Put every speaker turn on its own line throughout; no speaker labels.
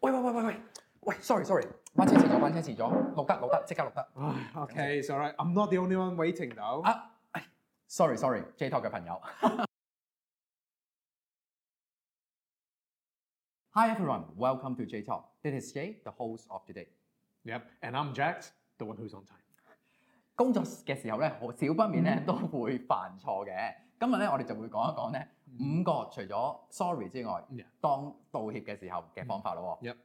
喂喂喂喂，sorry sorry，班車遲咗，班車遲咗，錄得錄得，即刻錄 得。
唉，OK，it's alright. I'm not the only one waiting though.
啊，sorry sorry，J Talk 嘅朋友。Hi everyone, welcome to J Talk. This is Jay, the host of today.
Yep, and I'm Jax, the one who's on time.
工作嘅時候咧，好少不免咧
嗯
都會犯錯嘅。今日咧，我哋就會講一講咧五個除咗 sorry 之外
嗯 Yeah，
當道歉嘅時候嘅方法咯喎。
Yep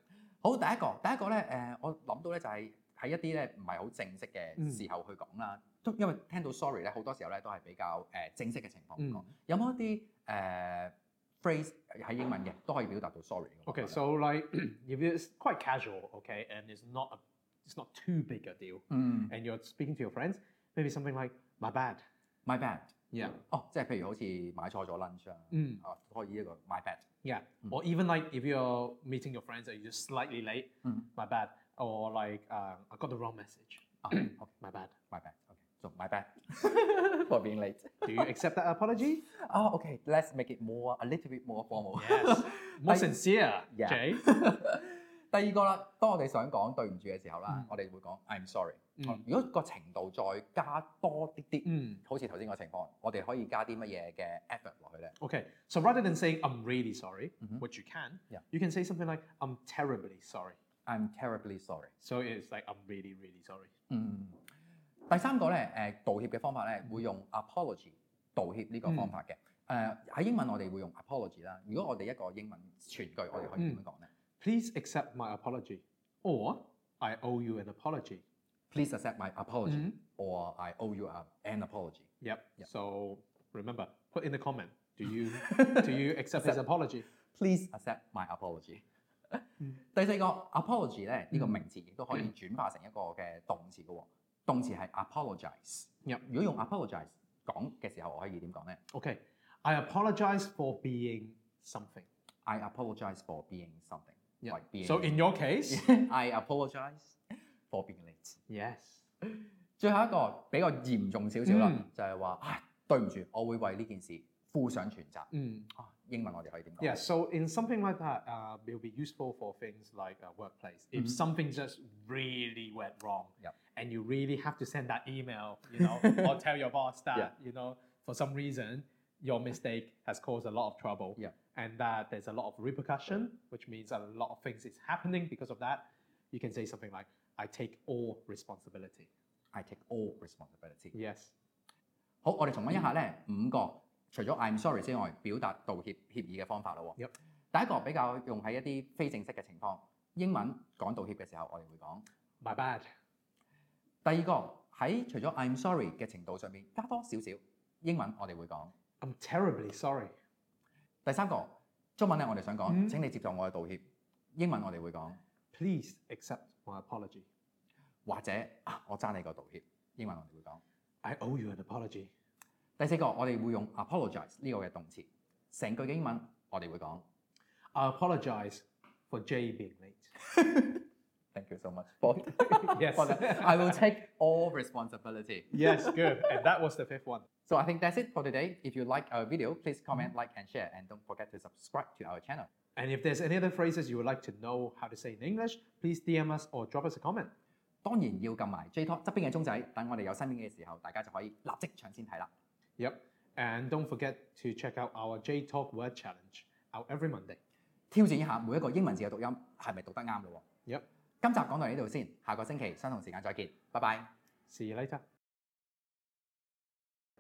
好，第一個，第一個咧，誒、我諗到咧就係喺一啲咧唔係好正式
嗯
嘅時候去講啦。都因為聽到 sorry 咧，好多時候咧都係比較誒、正式嘅情況
嗯
去講。有冇一啲誒、phrase 喺英文嘅都可以表達到 sorry 嘅？
Okay, so like if it's quite casual, okay, and it's not a, it's not too big a deal,
嗯
and you're speaking to your friends, maybe something like my bad.
，my bad。
Yeah.
哦，即係譬如好似買錯咗 lunch 啊，
嗯
啊可以呢個 my bad。
Mm, Yeah.
Mm.
Or even like if you're meeting your friends and you're just slightly late,
Mm.
my bad. Or like uh, I got the wrong message,
啊，OK。
my bad.
My bad. Okay. So my bad for being late.
Do you accept that apology?
Oh, okay. Let's make it more a little bit more formal.
Yes. More
I-
sincere,
Yeah.
Jay.
第二個啦，當我哋想講對唔住嘅時候啦，
嗯
我哋會講 I'm sorry。
嗯
如果個程度再加多啲啲，
Mm.
好似頭先個情況，我哋可以加啲乜嘢嘅 effort 落去咧？
Okay, so rather than saying I'm really sorry,
Mhm.
which you can,
Yeah.
you can say something like I'm terribly sorry.
I'm terribly sorry。
So it's like I'm really, really sorry.
嗯，第三個咧，誒、道歉嘅方法咧，會用 apology 道歉呢個方法嘅。誒喺、英文我哋會用 apology 啦。如果我哋一個英文全句，我哋可以點樣講咧
Please accept my apology, or I owe you an apology.
？Please accept my apology、
Mhm.
or I owe you a- an apology。
Yep.
Yeah.
So remember, put in the comment. Do you do you accept his apology?
Please accept my apology
嗯。
第四個 apology 咧，呢個
嗯
名詞亦都可以轉化成一個嘅動詞嘅喎。動詞係 apologize。
Yep
如果用 apologize 講嘅時候，我可以點講咧
Okay. I apologize for being something.
？I apologize for being something。
Yeah.
Like being
So in your case,
I apologize for being late。
yes.
最後一個比較嚴重少少啦
嗯，
就係話唉對唔住，我會為呢件事負上全責。
Mm.
啊，英文我哋可以點講
Yeah, so in something like that, uh, it'll be useful for things like a workplace. If
Mhm.
something just really went wrong,
Yep.
and you really have to send that email, you know, or tell your boss that,
Yeah.
you know, for some reason your mistake has caused a lot of trouble,
Yep.
and that there's a lot of repercussion, which means a lot of things is happening because of that. You can say something like, "I take all responsibility."
I take all responsibility。
Yes.
好，我哋重温
嗯
一下咧五個除咗 I'm sorry 之外，表達道歉協議嘅方法咯喎。
Yep
第一個比較用喺一啲非正式嘅情況，英文講道歉嘅時候，我哋會講。
My bad.
第二個喺除咗 I'm sorry 嘅程度上面加多少少，英文我哋會講。
I'm terribly sorry.
第三個中文咧，我哋想講，
嗯
請你接受我嘅道歉。英文我哋會講，
Please accept my apology.
或者啊，我爭你個道歉。英文我哋會講。
I owe you an apology.
第四個我哋會用 apologize 呢個嘅動詞，成句嘅英文我哋會講。
I apologize for Jay being late.
Thank you so much for
yes.
for that. I will take all responsibility.
yes, good. And that was the fifth one.
So I think that's it for today. If you like our video, please comment, like, and share. And don't forget to subscribe to our channel.
And if there's any other phrases you would like to know how to say in English, please DM us or drop us a comment.
當然要撳埋 J Talk 側邊嘅鐘仔，等我哋有新片嘅時候，大家就可以立即搶先睇啦。
Yep. And don't forget to check out our J Talk Word Challenge out every Monday.
挑戰一下每一個英文字嘅讀音係咪讀得啱咯喎。
Yep.
今集講到呢度先，下個星期相同時間再見，拜拜。
See you later.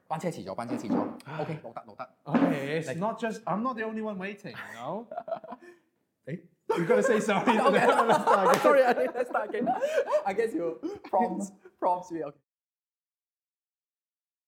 班車遲咗，班車遲咗。OK，錄得錄得。
Okay, Oh, it's
Like-
not just I'm not the only one waiting, you know? You're gonna say sorry. to the
Okay.
other side.
Sorry, I think that's not again. I guess you prompt prompt me. Okay.